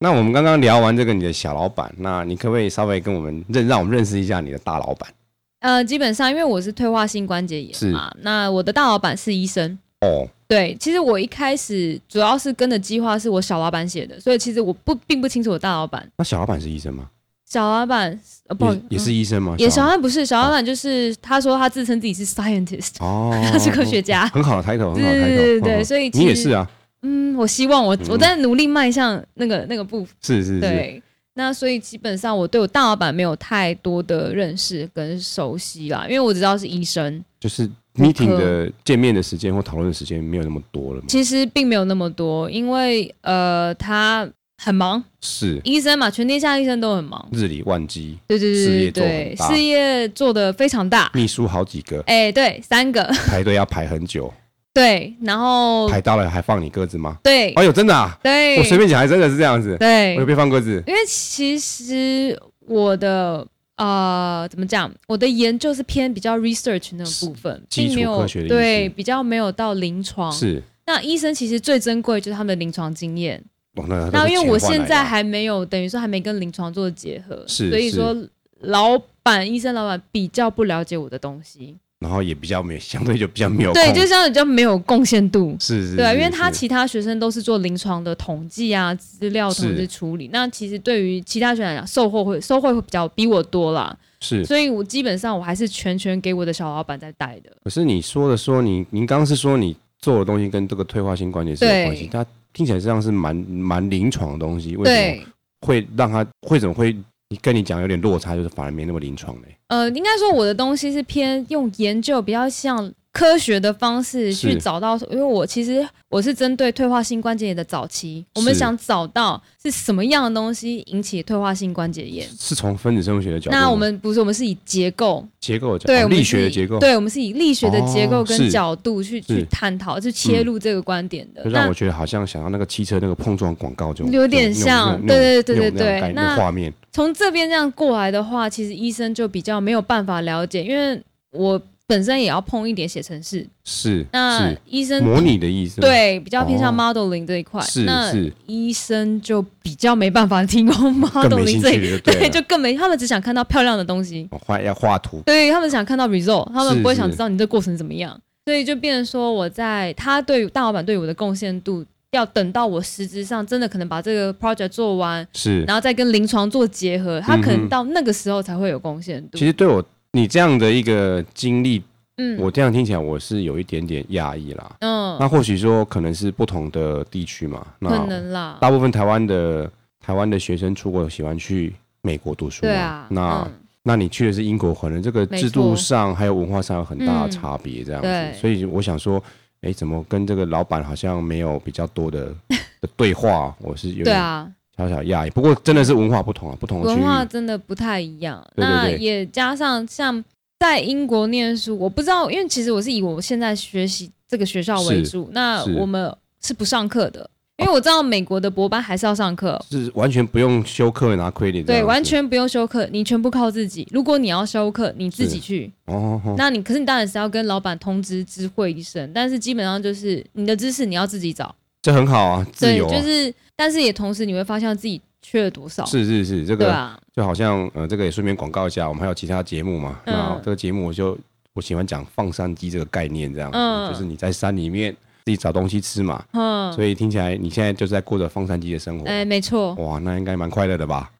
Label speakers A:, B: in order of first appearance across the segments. A: 那我们刚刚聊完这个你的小老板，那你可不可以稍微跟我们认让我们认识一下你的大老板？
B: 呃，基本上因为我是退化性关节炎嘛，那我的大老板是医生。
A: 哦，
B: 对，其实我一开始主要是跟的计划是我小老板写的，所以其实我不并不清楚我大老板。
A: 那小老板是医生吗？
B: 小老板，呃，不好意思
A: 也哦也是医生吗？
B: 也小
A: 小
B: 老
A: 老板
B: 板不是啊小老板，就是他说他自称自己是 scientist，
A: 哦，
B: 他是科学家。
A: 很好的抬头，很
B: 对
A: 好的
B: 对
A: 抬头。
B: 对对
A: 嗯
B: 对，所以其
A: 你
B: 实
A: 也是啊，
B: 嗯，我希望我
A: 嗯
B: 我在努力迈向那个那个部分。
A: 是是是，
B: 对，那所以基本上我对我大老板没有太多的认识跟熟悉啦，因为我只知道是医生，
A: 就是
B: 我
A: meeting
B: 可
A: 的见面的时间或讨论的时间没有那么多了嘛。
B: 其实并没有那么多，因为呃他很忙，
A: 是
B: 医生嘛，全天下医生都很忙。
A: 日理万机，
B: 对对
A: 事
B: 对对
A: 业做得很
B: 对，
A: 大嗯
B: 事业做的非常大。
A: 秘书好几个，
B: 哎、对，三个
A: 排队要排很久，
B: 对，然后
A: 排到了还放你鸽子吗？
B: 哦对
A: 哎呦，真的啊！
B: 对，
A: 我随便讲，还真的是这样子。
B: 对
A: 我有，被放鸽子，
B: 因为其实我的呃，怎么讲，我的研究是偏比较 research 那种部分，
A: 基础
B: 并没有
A: 科学的意思
B: 对比较没有到临床。
A: 是。
B: 那医生其实最珍贵就是他们的临床经验。
A: 哦那
B: 那因为我现在
A: 还。
B: 还没有，等于说还没跟临床做结合，
A: 啊是
B: 所以
A: 是
B: 说老板、医生老板比较不了解我的东西，
A: 然后也比较没有，相对就比较 没有
B: 对，
A: 空
B: 就像比较没有贡献度。
A: 是是，
B: 对啊，
A: 是
B: 因为他
A: 是
B: 其他学生都是做临床的统计啊、资料统计
A: 是
B: 处理，那其实对于其他学生来讲，收获会收获会比较比我多啦。
A: 是，
B: 所以我基本上我还是全权给我的小老板在带的。
A: 可是你说的说你，您刚刚是说你做的东西跟这个退化性关节是有关系
B: 对，
A: 它听起来像是蛮蛮临床的东西，为什么，会让他为什么会你跟你讲有点落差，就是反而没那么临床嘞？
B: 呃，应该说我的东西是偏用研究比较像科学的方式
A: 是
B: 去找到，因为我其实我是针对退化性关节炎的早期，我们
A: 是
B: 想找到是什么样的东西引起退化性关节炎。
A: 是从分子生物学的角度吗，
B: 那我们不是，我们是以结构，
A: 结构的角
B: 对，
A: 哦
B: 我们
A: 力
B: 是
A: 学的
B: 以
A: 结构，，
B: 对，我们是以力学的结构
A: 哦
B: 跟
A: 是
B: 角度去、去
A: 是嗯
B: 探讨，去切入这个观点的。
A: 就让
B: 那
A: 我觉得好像想要那个汽车那个碰撞广告就
B: 有点像对对对对对那
A: 那种画面
B: 从这边这样过来的话，其实医生就比较没有办法了解，因为我本身也要碰一点写程式，
A: 是
B: 那
A: 是
B: 医生
A: 模拟的意思吗，
B: 对比较偏
A: 哦
B: 向 modeling 这一块，
A: 是
B: 那
A: 是
B: 医生就比较没办法 提供
A: 更没
B: modeling
A: 兴
B: 这一
A: 趣了，
B: 对，
A: 对啊
B: 就
A: 了，
B: 更没，他们只想看到漂亮的东西，
A: 哦画要画图
B: 对他们想看到 result，他们
A: 是
B: 不会想
A: 是
B: 知道你这过程怎么样，所以就变成说我在他对大老板对我的贡献度。要等到我实质上真的可能把这个 project 做完，
A: 是
B: 然后再跟临床做结合，他可
A: 嗯
B: 能
A: 哼
B: 到那个时候才会有贡献度。
A: 其实对我你这样的一个经历，
B: 嗯，
A: 我这样听起来我是有一点点讶异啦。
B: 嗯，
A: 那或许说可能是不同的地区嘛，
B: 可
A: 那
B: 能啦，
A: 大部分台湾的台湾的学生出国喜欢去美国读书嘛，
B: 对啊，
A: 那、
B: 嗯
A: 那你去的是英国，可能这个
B: 没
A: 制
B: 错
A: 度上还有文化上有很大的
B: 嗯
A: 差别这样子，
B: 对
A: 所以我想说，哎，怎么跟这个老板好像没有比较多的的对话？我是有
B: 对
A: 点
B: 啊，
A: 小小讶异，不过真的是文化不同啊，不同的区
B: 文化
A: 域
B: 真的不太一样。
A: 对对
B: 那
A: 对
B: 也加上像在英国念书，我不知道，因为其实我是以我现在学习这个学校为
A: 是
B: 主，那
A: 是
B: 我们是不上课的，因为我知道美国的博班还是要上课。
A: 是完全不用修课拿 credit，这
B: 对，
A: 样
B: 完
A: 子
B: 全不用修课，你全部靠自己。如果你要修课，你自己
A: 是
B: 去。
A: 哦哦
B: 那你可是你当然是要跟老板通知知会一声，但是基本上就是你的知识你要自己找。
A: 这很好啊，自
B: 对
A: 由、，啊、
B: 就是，但是也同时你会发现自己缺了多少，
A: 是是是，这
B: 对啊
A: 个
B: 吧？
A: 就好像呃，这个也顺便广告一下，我们还有其他节目嘛。
B: 嗯
A: 那这个节目我就我喜欢讲放山鸡这个概念，这样子、
B: 嗯
A: 就是你在山里面自己找东西吃嘛，
B: 嗯，
A: 所以听起来你现在就是在过着放山鸡的生活。
B: 哎，没错，
A: 哇，那应该蛮快乐的 吧？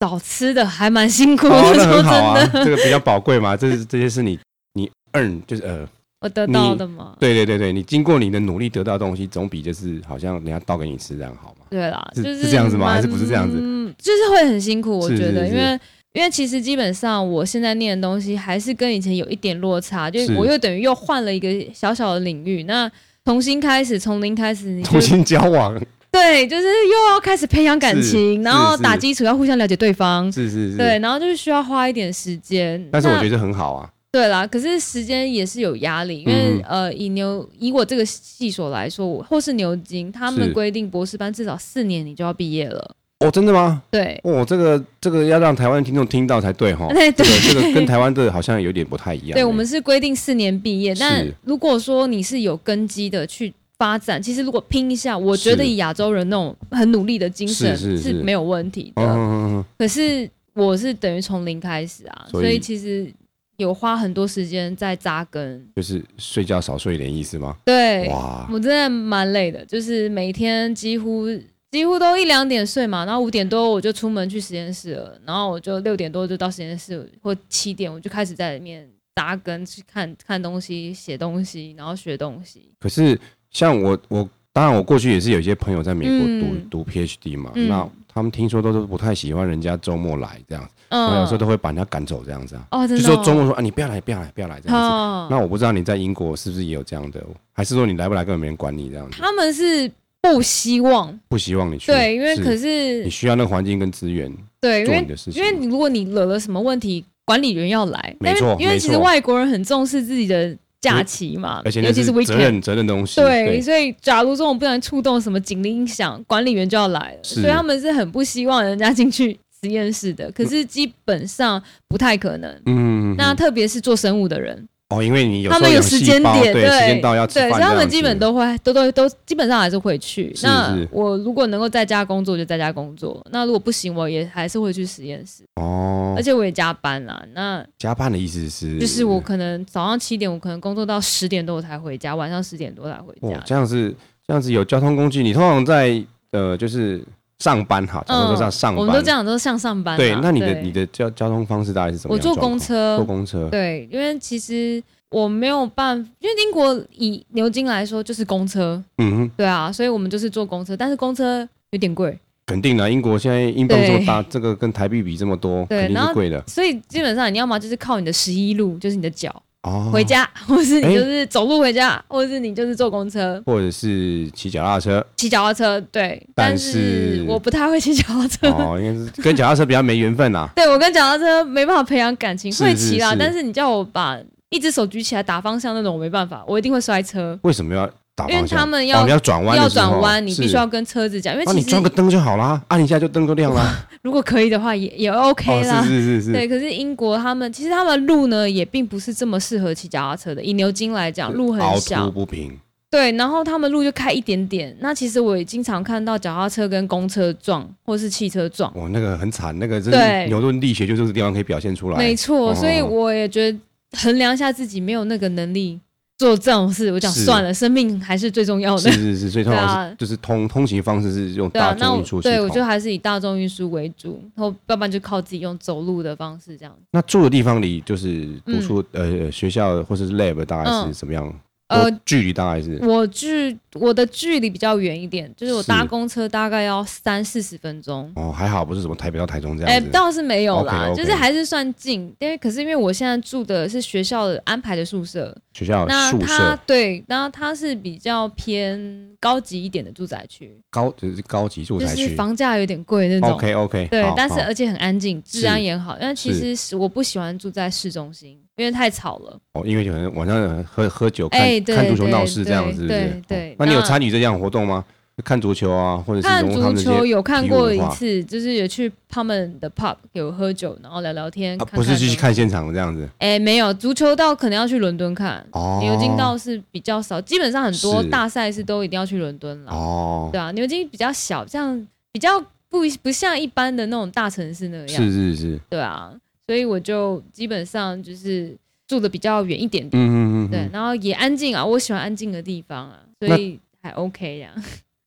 B: 找吃的还蛮辛苦的，
A: 哦，那
B: 说
A: 很好
B: 真
A: 啊，
B: 的，
A: 这个比较宝贵嘛，这是这些是你你 earn 就是呃，
B: 我得到
A: 你
B: 的嘛。
A: 对对对对，你经过你的努力得到的东西，总比就是好像人家倒给你吃这样好 嘛。
B: 对啦，
A: 是
B: 就是
A: 这样子吗
B: 蛮
A: 还是不是这样子
B: 嗯，就是会很辛苦，我
A: 是
B: 觉得，
A: 是是
B: 因为因为其实基本上我现在念的东西还是跟以前有一点落差，就是
A: 是
B: 我又等于又换了一个小小的领域，那重新开始，从零开始，你就
A: 重新交往，
B: 对，就是又要开始培养感
A: 是
B: 情，然后
A: 是
B: 打基础，要互相了解对方，
A: 是是是。
B: 对，然后就是需要花一点时间。
A: 但是我
B: 那
A: 觉得很好啊，
B: 对啦，可是时间也是有压力，因为、
A: 嗯
B: 呃，以牛以我这个系所来说，我或是牛津，他们
A: 是
B: 规定博士班至少四年你就要毕业了。
A: 哦，真的吗？
B: 对，
A: 哦，这个这个要让台湾听众听到才对哈。
B: 对
A: 这
B: 对
A: 个这个跟台湾的好像有点不太一样欸。
B: 对，我们是规定四年毕业，但
A: 是
B: 如果说你是有根基的去发展，其实如果拼一下，我觉得
A: 是
B: 以亚洲人那种很努力的精神
A: 是是是
B: 没有问题的。
A: 嗯，
B: 可是我是等于从零开始啊，
A: 所
B: 所
A: 以
B: 以其实有花很多时间在扎根。
A: 就是睡觉少睡一点意思吗？
B: 对，
A: 哇，
B: 我真的蛮累的，就是每天几乎几乎都一两点睡嘛，然后五点多我就出门去实验室了，然后我就六点多就到实验室，或七点我就开始在里面扎根，去看看东西、写东西，然后学东西。
A: 可是像我，我当然我过去也是有一些朋友在美国读、
B: 嗯
A: 读 PhD 嘛，
B: 嗯
A: 那他们听说都是不太喜欢人家周末来这样，那、
B: 嗯，
A: 有时候都会把人家赶走这样子啊，
B: 哦，真
A: 就
B: 的、哦、
A: 说周末说啊你不要来，不要来，不要来这样子。
B: 哦，
A: 那我不知道你在英国是不是也有这样的，还是说你来不来根本没人管你这样子，
B: 他们是不希望
A: 不希望你去。
B: 对，因为
A: 是
B: 可
A: 你
B: 是
A: 需要那个环境跟资源
B: 对，因
A: 做你
B: 为
A: 的事情
B: 因为你如果你惹了什么问题，管理员要来，
A: 没
B: 但是
A: 错
B: 因为
A: 没
B: 其实
A: 错
B: 外国人很重视自己的假期嘛，
A: 而且
B: 尤
A: 那
B: 其是
A: 责
B: weekend。
A: 任责任的东西。
B: 对，所以假如说我们不小心触动什么警铃音响，管理员就要来了，
A: 是
B: 所以他们是很不希望人家进去实验室的，可是基本上不太可能。
A: 嗯，
B: 那特别是做生物的人，
A: 哦，因为你有时
B: 他
A: 候
B: 们
A: 有
B: 时
A: 细
B: 间
A: 胞
B: 点，
A: 对，
B: 对，
A: 时间到要吃
B: 对
A: 饭这
B: 所
A: 样子，
B: 以他们基本都会都都都基本上还是会去。
A: 是
B: 那
A: 是
B: 我如果能够在家工作，就在家工作；那如果不行，我也还是会去实验室，
A: 哦
B: 而，且我也加班啦。那
A: 加班的意思是
B: 就是我可能早上七点，我可能工作到十点多才回家，晚上十点多才回
A: 哦
B: 家，。
A: 这样是这样子有交通工具，你通常在呃就是上班哈，假如说上上
B: 嗯我
A: 班，
B: 们都这样，都像上班啊。
A: 对，那你的
B: 对
A: 你的交交通方式大概是怎么
B: 我
A: 样
B: 坐
A: 状况？
B: 公车
A: 坐，公车，
B: 对，因为其实我没有办法，因为英国以牛津来说就是公车，
A: 嗯哼，
B: 对啊，所以我们就是坐公车，但是公车有点贵，
A: 肯定的，英国现在英镑
B: 对
A: 这么大，这个跟台币比这么多，
B: 对
A: 肯定
B: 然
A: 是
B: 后
A: 贵的
B: 所以基本上你要么就是靠你的十一路，就是你的脚
A: 哦。
B: 回家， 或是
A: 哎
B: 你就是走路回家，或是你就是坐公车、
A: 或者是骑脚踏车
B: 骑脚踏车，对。
A: 但
B: 但是
A: 是
B: 我不太会骑脚踏车，
A: 哦，应该是跟脚踏车比较没缘分啊呐。
B: 对我跟脚踏车没办法培养感情，
A: 是
B: 会骑啦，
A: 是是
B: 但是你叫我把一只手举起来打方向那种，我没办法，我一定会摔车，
A: 为什么要打方向？
B: 因为他们
A: 哦
B: 要
A: 你要转弯的
B: 要
A: 时候，
B: 转弯，你必须
A: 是
B: 要跟车子讲，因为
A: 那你
B: 其实
A: 装个灯就好啦，按一下就灯就亮 啦。
B: 如果可以的话也也 OK 啦。
A: 哦，是是是是，
B: 对，可是英国他们其实他们路呢也并不是这么适合骑脚踏车的。以牛津来讲，路很
A: 凹
B: 小
A: 凸，不平，
B: 对，然后他们路就开一点点。那其实我也经常看到脚踏车跟公车撞，或是汽车撞，
A: 哇，那个很惨，那个真是
B: 对
A: 牛顿力学就是这个地方可以表现出来。
B: 没错。
A: 哦
B: 所以我也觉得衡量一下自己没有那个能力做这种事，我讲
A: 是
B: 算了，生命还是最重要
A: 是
B: 的。
A: 是是，所以通
B: 对
A: 常
B: 啊
A: 是就是通通行方式是用
B: 对
A: 大
B: 啊，那
A: 众
B: 我
A: 运输系
B: 对我就
A: 统。
B: 还是以大众运输为主，然后要不然就靠自己用走路的方式这样。
A: 那住的地方离就是读
B: 嗯
A: 书呃学校或是 lab 大概是
B: 嗯
A: 怎么样？
B: 呃
A: 多，距离大概是
B: 我距我的距离比较远一点，就是我
A: 是
B: 搭公车大概要三四十分钟。
A: 哦还好，不是什么台北到台中这
B: 哎、
A: 样子。
B: 倒是没有啦
A: OK，OK
B: 就是还是算近，因为可是因为我现在住的是学校的安排的宿舍，
A: 学校
B: 那
A: 哦宿
B: 它
A: 舍
B: 对，然后它是比较偏高级一点的住宅区，
A: 高就是高级住
B: 就
A: 宅
B: 是
A: 区。
B: 房价有点贵那种。
A: OK OK，
B: 对，但是而且很安静，治安也好。但其
A: 是
B: 实是我不喜欢住在市中心，因为太吵了。
A: 哦，因为可能晚上喝喝酒、看、
B: 哎对
A: 看足球闹事这样子，
B: 对对
A: 是不是
B: 对
A: 哦
B: 对
A: 那你有
B: 那
A: 参与这样活动吗？看足球啊，或者是
B: 看
A: 融入他
B: 足
A: 们这些
B: 球有看过
A: 体育
B: 一
A: 文化
B: 次，就是有去他们的 pub 有喝酒，然后聊聊天，
A: 啊，
B: 看
A: 不是去
B: 东西
A: 看现场这样子
B: 哎、没有足球到可能要去伦敦看，
A: 哦。
B: 牛津倒是比较少，基本上很多
A: 是
B: 大赛事都一定要去伦敦了。
A: 哦，
B: 对啊，牛津比较小，这样比较不不像一般的那种大城市那样，
A: 是是是，
B: 对啊，所以我就基本上就是住的比较远一点点，
A: 嗯嗯嗯，
B: 对，
A: 嗯。
B: 然后也安静啊，我喜欢安静的地方啊，所以还 OK 呀、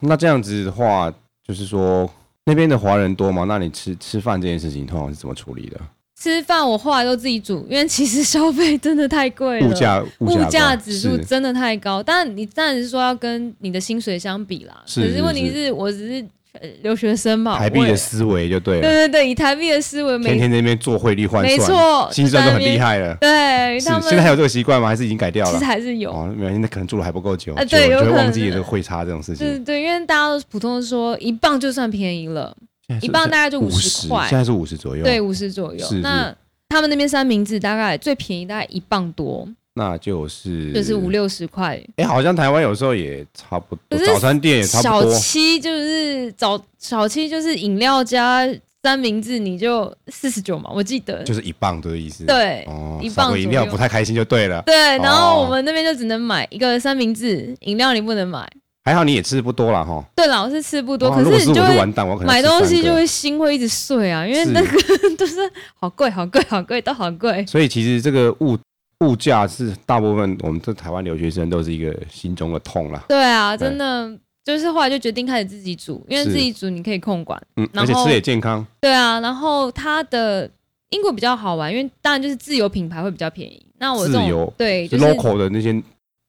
A: 那这样子的话，就是说那边的华人多吗？那你吃吃饭这件事情通常是怎么处理的？
B: 吃饭我后来都自己煮，因为其实消费真的太贵了，
A: 物价
B: 物价
A: 价高
B: 指数
A: 是
B: 真的太高，但你当然是说要跟你的薪水相比啦。
A: 是
B: 可
A: 是
B: 是问题是我只是呃留学生嘛，
A: 台币
B: 我也
A: 的思维就对
B: 对
A: 了，
B: 对对，以台币的思维每
A: 天天在那边做汇率换
B: 没
A: 算，
B: 错，
A: 心算都很厉
B: 害。
A: 害了。
B: 对
A: 是
B: 他们
A: 现在还有这个习惯吗？还是已经改掉
B: 其
A: 了
B: 实？还是有，
A: 哦，没关系，那可能住的还不够久，
B: 啊
A: 久
B: 对
A: 了
B: 有
A: 就会
B: 可
A: 忘
B: 能
A: 记了汇差这种事情
B: 对。对，因为大家都普通说一磅就算便宜了，
A: 哎现在是
B: 一磅大概就
A: 五
B: 50块
A: 现在是五十左右。
B: 对，，五十左右
A: 是是。
B: 那他们那边三明治大概最便宜大概一磅多，
A: 那就是
B: 就是五。六十块。
A: 哎，好像台湾有时候也差不多，
B: 可是
A: 早餐店也差不
B: 小
A: 多。
B: 七就是早小七就是饮料加三明治你就四十九嘛，我记得。
A: 就是一磅的意思。，
B: 对
A: 哦，
B: 一
A: 少
B: 磅
A: 个饮料
B: 左右
A: 不太开心就对了。
B: 对，然后
A: 哦
B: 我们那边就只能买一个三明治，饮料你不能买。
A: 还好你也吃不多啦，哈。
B: 对啦，我是吃不多，
A: 哇
B: 可
A: 哦如果
B: 你
A: 我
B: 就
A: 就
B: 会
A: 完蛋，我可能
B: 买
A: 吃三
B: 东西就
A: 个
B: 会心会一直碎啊，因为
A: 是
B: 那个都是好贵、好贵、好贵，都好贵。
A: 所以其实这个物物价是大部分我们这台湾留学生都是一个心中的痛啦。
B: 对啊，
A: 对
B: 真的就是后来就决定开始自己煮，因为
A: 是
B: 自己煮你可以控管。
A: 嗯，
B: 然
A: 而且
B: 后
A: 吃也健康，
B: 对啊，然后它的英国比较好玩，因为当然就是自有品牌会比较便宜。那我这
A: 自
B: 种
A: 由
B: 对就是
A: local 的那些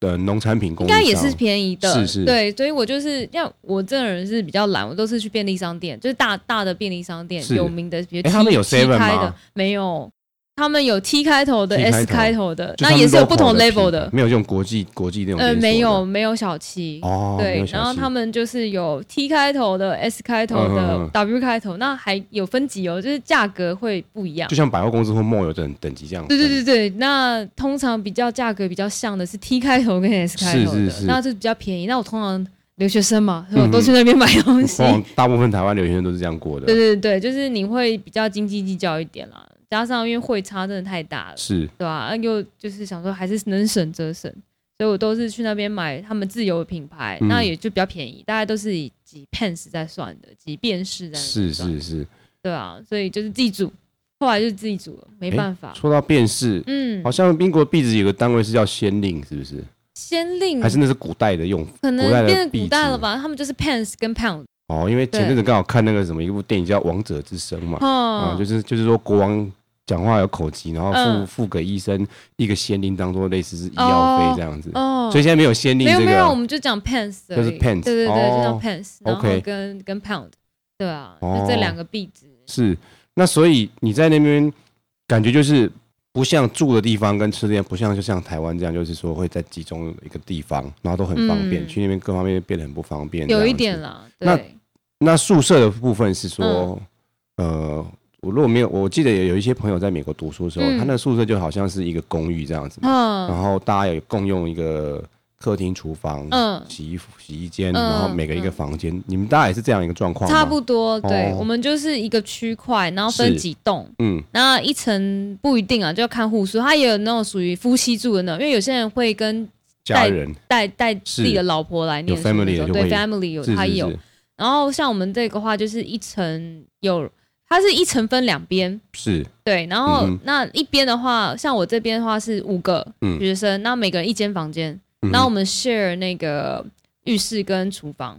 A: 呃农产品供
B: 应
A: 应商
B: 该也是便宜的，
A: 是是
B: 对，所以我就是要我这个人是比较懒，我都是去便利商店，就是大大的便利商店
A: 是
B: 有名的，比如 T,
A: 诶他们有
B: T
A: Seven
B: 开的
A: 吗
B: 没有，他们有 T 开头的
A: T 开
B: S
A: 头
B: 开头的，
A: 就
B: 那
A: 他们
B: 也是有
A: local
B: 不同 level
A: 品
B: 的，
A: 没有这种国际国际那种
B: 呃，
A: 连锁的
B: 没有没有小七。
A: 哦，没
B: 对
A: 有，
B: 然后
A: 小吃
B: 他们就是有 T 开头的、S 开头
A: 嗯嗯
B: 的
A: 嗯、
B: W 开头，那还有分级哦，就是价格会不一样
A: 就。像百货公司或梦游等等级这样分，
B: 对对对对，那通常比较价格比较像的是 T 开头跟 S 开头的，
A: 是是是嗯
B: 那就比较便宜。那我通常留学生嘛，所以我都去那边买东 西。
A: 往往大部分台湾留学生都是这样过的，
B: 对对对，就是你会比较斤斤计较一点啦，加上因为汇差真的太大了，
A: 是
B: 对吧、啊？又就是想说还是能省则省，所以我都是去那边买他们自有的品牌，
A: 嗯
B: 那也就比较便宜，大概都是以几 pence 在算的，几便士在算
A: 是是是。
B: 对啊，所以就是自己煮，后来就是自己煮了，没
A: 诶
B: 办法。
A: 说到辨识，
B: 嗯
A: 好，像英国币值有个单位是叫先令，是不是？
B: 先令
A: 还是那是古代的用法？
B: 可能
A: 古代的
B: 变成古
A: 币
B: 代
A: 值
B: 了吧？他们就是 pence 跟 pound，
A: 哦，因为前阵子刚好看那个什么一部电影叫《王者之声》嘛，啊，
B: 哦，
A: 就是就是说国王讲话有口疾，然后
B: 嗯
A: 付付给医生一个先令当做类似是医药费这样子，
B: 哦
A: 所以现在没有先令
B: 没有
A: 这
B: 没有，我
A: 个。
B: 们就讲 pence，而已
A: 就是 pence，
B: 对对对，
A: 哦
B: 就讲 pence，然后
A: OK
B: 跟跟 pound，对啊，
A: 哦
B: 就这两个币值，
A: 是，那所以你在那边感觉就是不像住的地方跟吃的地方不像，就像台湾这样，就是说会在集中一个地方，然后都很方便，
B: 嗯
A: 去那边各方面变得很不方便。
B: 有一点
A: 了。
B: 啦，
A: 那
B: 对，
A: 那宿舍的部分是
B: 嗯
A: 说，呃。我如果没有，我记得有有一些朋友在美国读书的时候，
B: 嗯
A: 他那宿舍就好像是一个公寓这样子嘛，然
B: 嗯
A: 后大家有共用一个客厅、厨房、
B: 嗯，
A: 洗衣服、洗衣间，
B: 嗯
A: 然后每个一个房间。你们大家也是这样一个状况吗？
B: 差不多，对
A: 哦
B: 我们就是一个区块，然后分
A: 是
B: 几栋。
A: 嗯，
B: 那一层不一定啊，就要看户数。它也有那种属于夫妻住的那种，因为有些人会跟
A: 家人
B: 带带自己
A: 是
B: 的老婆来念书那
A: family 的
B: 种，
A: 就
B: 对
A: 会
B: family 有
A: 是
B: 他
A: 是
B: 有，
A: 是
B: 然后像我们这个话，就是一层有，它是一层分两边，
A: 是
B: 对，然后、
A: 嗯哼
B: 那一边的话，像我这边的话是五个
A: 嗯
B: 学生，那每个人一间房间，
A: 嗯
B: 然后我们 share 那个浴室跟厨房，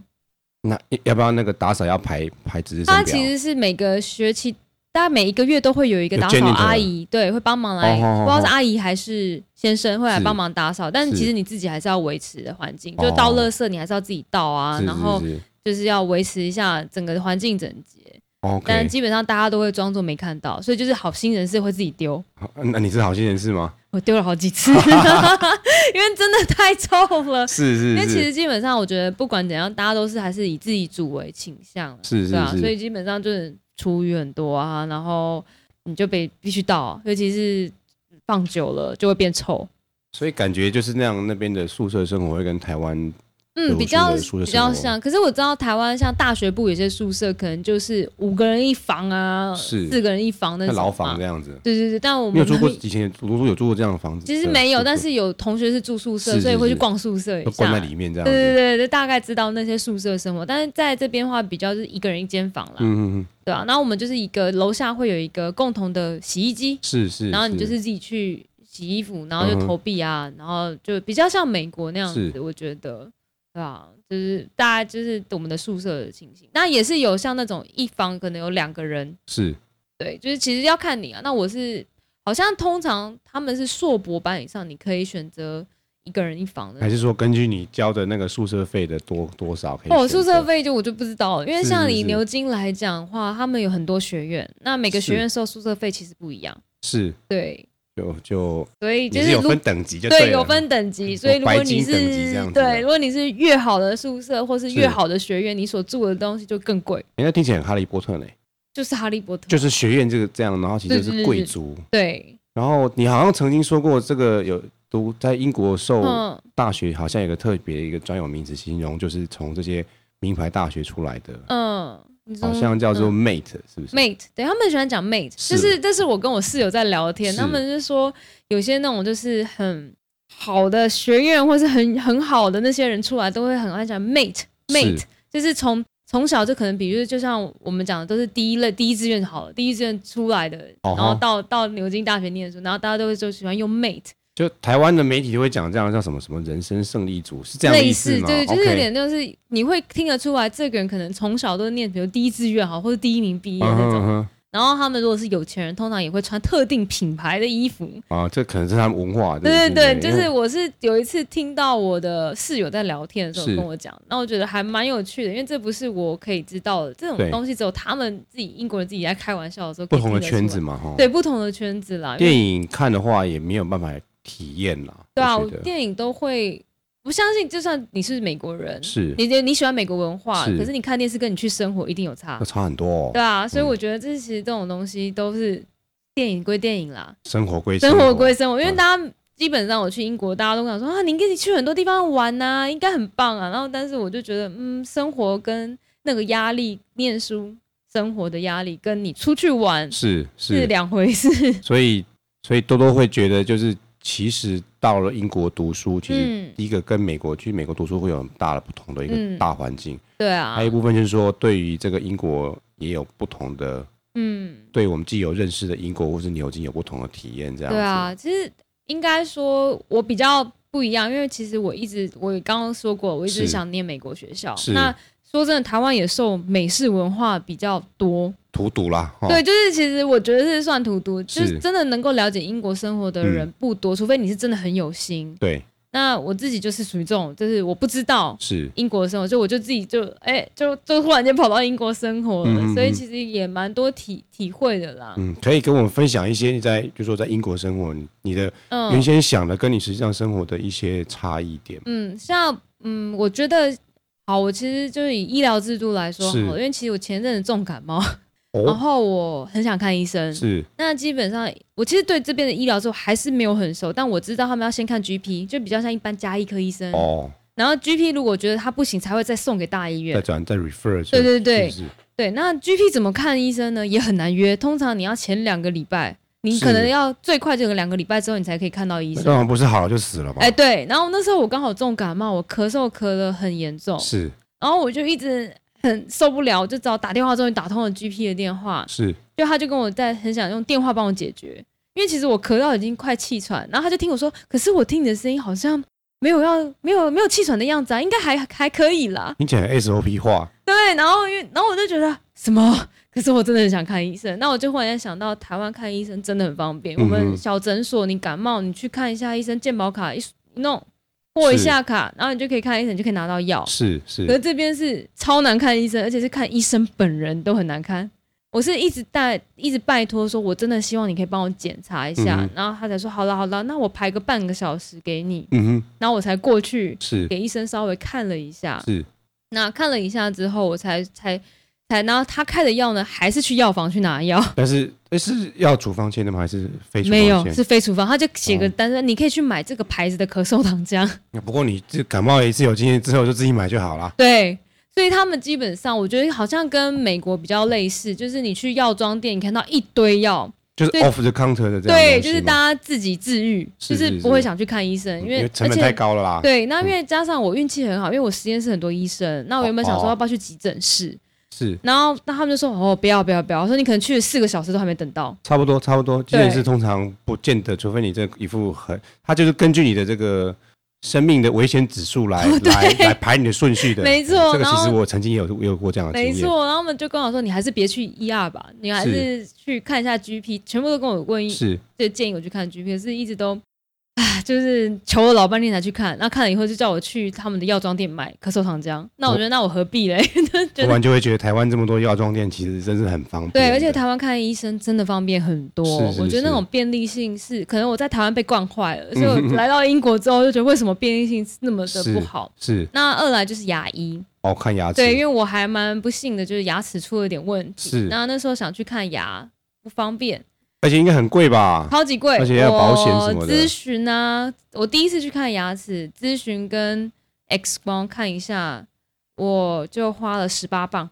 A: 那要不要那个打扫要排排值日
B: 它
A: 生
B: 其
A: 表？
B: 实是每个学期。大概每一个月都会有一个
A: 有
B: 打扫
A: janitor
B: 阿姨，对，会帮忙来，
A: 哦哦哦
B: 不知道是阿姨还是先生会来
A: 是
B: 帮忙打扫，但是
A: 是
B: 其实你自己还是要维持的环境，
A: 哦
B: 就倒垃圾你还是要自己倒啊，
A: 是
B: 然后
A: 是是
B: 就是要维持一下整个环境整洁。但
A: OK，
B: 基本上大家都会装作没看到，所以就是好心人士会自己丢。
A: 好那你是好心人是吗？
B: 我丢了好 几次，因为真的太臭了。
A: 是
B: 呃因
A: 是
B: 为其实
A: 是
B: 基本上，我觉得不管怎样，大家都是还是以自己主为倾向，
A: 是
B: 对啊，
A: 是
B: 所以
A: 是，
B: 基本上就是厨余很多啊，然后你就被必须倒，尤其是放久了就会变臭。
A: 所以感觉就是那样，那边的宿舍生活会跟台湾
B: 嗯，
A: 有
B: 比较
A: 宿舍宿舍
B: 比较
A: 生活
B: 像，可是我知道台湾像大学部有些宿舍可能就是五个人一房啊，
A: 是
B: 四个人一房那
A: 那
B: 种
A: 牢
B: 嘛
A: 房这样子。
B: 对对对，但我
A: 你
B: 们
A: 有住过
B: 那
A: 以前读书有住过这样的房子？
B: 其实没有，
A: 对
B: 但是有同学是住宿舍，
A: 呃是是
B: 所以会去
A: 是
B: 逛宿舍一
A: 都
B: 下
A: 关。在里面这样
B: 对对
A: 子。
B: 对，就大概知道那些宿舍生活，但是在这边的话，比较是一个人一间房啦，
A: 嗯嗯嗯，
B: 对啊，然后我们就是一个楼下会有一个共同的洗衣机，
A: 是是。
B: 然后你就是自己去洗衣服，然后就
A: 嗯哼
B: 投币啊，然后就比较像美国那样子，
A: 是
B: 我觉得，对啊，就是大概就是我们的宿舍的情形。那也是有像那种一房可能有两个人，
A: 是
B: 对，就是其实要看你啊。那我是好像通常他们是硕博班以上，你可以选择一个人一房的
A: 还。是说根据你交的那个宿舍费的多多少可以选择？
B: 哦，宿舍费就我就不知道了，因为
A: 是
B: 像
A: 是
B: 以
A: 是
B: 牛津来讲的话，他们有很多学院，那每个学
A: 是
B: 院收宿舍费其实不一样，
A: 是
B: 对，
A: 就就
B: 所以就
A: 也是
B: 是
A: 有
B: 如
A: 分等级就
B: 对
A: 了
B: 有分等级，所以如
A: 嗯哦白
B: 果你
A: 金等级
B: 是
A: 这样子
B: 对，
A: 的
B: 如果你是越好的宿舍或是越
A: 是
B: 好的学院，你所住的东西就更贵，
A: 诶那听起来很哈利波特呢，
B: 就是哈利波特，
A: 就是学院这个这样，然后其实就
B: 对对
A: 是
B: 对
A: 贵
B: 对
A: 族。
B: 对，
A: 然后你好像曾经说过，这个有读在英国受
B: 嗯，
A: 大学好像有个特别一个专有名词形容，就是从这些名牌大学出来的
B: 嗯，你说
A: 好像叫做 mate，、是不是？
B: mate，对他们喜欢讲 mate，
A: 是
B: 就是这是我跟我室友在聊天，
A: 是
B: 他们就说有些那种就是很好的学院或是很很好的那些人出来，都会很爱讲 mate
A: 是
B: mate，就是从从小就可能，比如就像我们讲的，都是第一类第一志愿好了，第一志愿出来的，
A: 哦吼
B: 然后到到牛津大学念书，然后大家都会就喜欢用 mate，
A: 就台湾的媒体会讲这样叫什么什么人生胜利组，是这样的
B: 类
A: 意
B: 似
A: 吗
B: 对，就是有
A: OK
B: 点就是你会听得出来，这个人可能从小都是念比如第一志愿好或者第一名毕业
A: 嗯
B: 那
A: 哼
B: 种
A: 嗯。哼
B: 然后他们如果是有钱人，通常也会穿特定品牌的衣服。
A: 啊，这可能是他们文化的。
B: 对对对，
A: 不
B: 就是我是有一次听到我的室友在聊天的时候
A: 是
B: 跟我讲，那我觉得还蛮有趣的，因为这不是我可以知道的，这
A: 对
B: 种东西只有他们自己英国人自己在开玩笑的时候可
A: 不
B: 以
A: 同的
B: 听得出
A: 圈子
B: 来，
A: 嘛，哈。
B: 对不同的圈子啦。因为
A: 电影看的话也没有办法体验啦。
B: 对啊，
A: 我
B: 我
A: 觉得
B: 电影都会，我相信就算你是美国人，
A: 是
B: 你你喜欢美国文化，
A: 是
B: 可是你看电视跟你去生活一定有差
A: 那，差很多、哦
B: 啊对。啊，所以
A: 嗯
B: 我觉得这其实这种东西都是电影归电影啦，
A: 生活归
B: 生活归生活，因为
A: 嗯
B: 大家基本上我去英国，大家都跟我说啊，你应该去很多地方玩呐、应该很棒啊。然后，但是我就觉得，嗯，生活跟那个压力，念书生活的压力，跟你出去玩
A: 是是
B: 是两回事。
A: 所以所以多多会觉得，就是其实到了英国读书，其实
B: 嗯
A: 第一个跟美国去美国读书会有很大的不同的一个
B: 嗯
A: 大环境，
B: 对啊
A: 还有，一部分就是说对于这个英国也有不同的，
B: 嗯，
A: 对我们既有认识的英国或是牛津有不同的体验，这样子。
B: 对啊，其实应该说，我比较不一样，因为其实我一直我刚刚说过，我一直
A: 是
B: 想念美国学校
A: 是。
B: 那说真的，台湾也受美式文化比较多，
A: 荼毒啦，齁
B: 对，就是其实我觉得是算荼毒，就是是真的能够了解英国生活的人
A: 嗯
B: 不多，除非你是真的很有心。
A: 对
B: 那我自己就是属于这种，就是我不知道
A: 是
B: 英国生活，所以我就自己就哎、就就忽然间跑到英国生活了，
A: 嗯嗯嗯
B: 所以其实也蛮多体体会的啦。
A: 嗯，可以跟我们分享一些你在就说在英国生活，你你的
B: 嗯
A: 原先想的跟你实际上生活的一些差异点。
B: 嗯，像嗯，我觉得好，我其实就是以医疗制度来说好
A: 是
B: 了，因为其实我前阵子重感冒，然
A: 哦，
B: 后我很想看医生，
A: 是
B: 那基本上，我其实对这边的医疗制度还是没有很熟，但我知道他们要先看 GP，就比较像一般加医科医生。
A: 哦，
B: 然后 GP 如果觉得他不行，才会再送给大医
A: 再
B: 院。
A: 转再 refer，
B: 对对对
A: 是不是
B: 对，那 GP 怎么看医生呢？也很难约，通常你要前两个礼拜，你
A: 是
B: 可能要最快就有两个礼拜之后，你才可以看到医
A: 那
B: 生。
A: 当然不是好了就死了吧？
B: 哎，对。然后那时候我刚好重感冒，我咳嗽咳得很严重，
A: 是
B: 然后我就一直很受不了，我就找打电话，终于打通了 GP 的电话。
A: 是
B: 就他就跟我在很想用电话帮我解决，因为其实我咳到已经快气喘，然后他就听我说，可是我听你的声音好像没有要没有没有气喘的样子啊，应该还还可以啦。
A: 你讲 SOP 话，
B: 对，然后因为然后我就觉得什么？可是我真的很想看医生，那我就忽然间想到，台湾看医生真的很方便。
A: 嗯哼
B: 我们小诊所，你感冒你去看一下医生，健保卡一弄过一下卡，然后你就可以看医生，你就可以拿到药。
A: 是
B: 哦可是
A: 是
B: 这边是超难看医生，而且是看医生本人都很难看。我是一直带，一直拜托说，我真的希望你可以帮我检查一下，
A: 嗯
B: 然后他才说好了好了，那我排个半个小时给你，
A: 嗯哼，
B: 然后我才过去
A: 是
B: 给医生稍微看了一下。
A: 是
B: 那看了一下之后，我才才才，然后他开的药呢，还是去药房去拿药，
A: 但是诶是要处方签的吗？还是非处方
B: 没有
A: 签？
B: 是非处方，他就写个单子，你可以去买这个牌子的咳嗽糖浆。
A: 不过你这感冒一次有经验之后就自己买就好啦。
B: 对，所以他们基本上我觉得好像跟美国比较类似，就是你去药妆店，你看到一堆药，
A: 就是
B: 对
A: off the counter 的这样
B: 对，
A: 东西
B: 就是
A: 吗
B: 大家自己治愈，
A: 是
B: 就是
A: 是
B: 不会想去看医生，
A: 嗯
B: 因
A: 因
B: 为
A: 为成
B: 而
A: 本太
B: 且。
A: 高了啦。
B: 对，那因为加上我运气很好，因为我实验室很多医生，那我原本想
A: 哦
B: 说要不要去急诊室，
A: 是
B: 然后那他们就说哦不要不要不要，我说你可能去了四个小时都还没等到，
A: 差不多差不多，急诊
B: 对
A: 室通常不见得，除非你这一副很，它就是根据你的这个。生命的危险指数来、来来排你的顺序的，
B: 哦没错
A: 这个其
B: 然
A: 实
B: 后
A: 我曾经也有也有过这样的经
B: 没
A: 验，
B: 错，然后他们就跟我说你还是别去 ER 吧，你还是去看一下 GP，全部都跟我问医
A: 是
B: 就建议我去看 G P，可是一直都，唉，就是求了老半天才去看。那看了以后就叫我去他们的药妆店买咳嗽糖浆。那
A: 哦
B: 我觉得那我何必 嘞？觉
A: 突
B: 得
A: 然就会觉得台湾这么多药妆店其实真是很方便的。
B: 对，而且台湾看医生真的方便很多。
A: 是是
B: 我觉
A: 是
B: 得那种便利性是，可能我在台湾被惯坏 了，所以
A: 嗯
B: 我来到英国之后就觉得为什么便利性那么的
A: 是
B: 不好。
A: 是
B: 那二来就是牙医，
A: 哦，看牙齿
B: 对，因为我还蛮不幸的，就是牙齿出了点问
A: 是
B: 题。那那时候想去看牙不方便，
A: 而且应该很贵吧？
B: 超级贵，
A: 而且要保险什么
B: 我
A: 的
B: 咨询啊，我第一次去看牙齿咨询跟 X 光看一下，我就花了十八磅，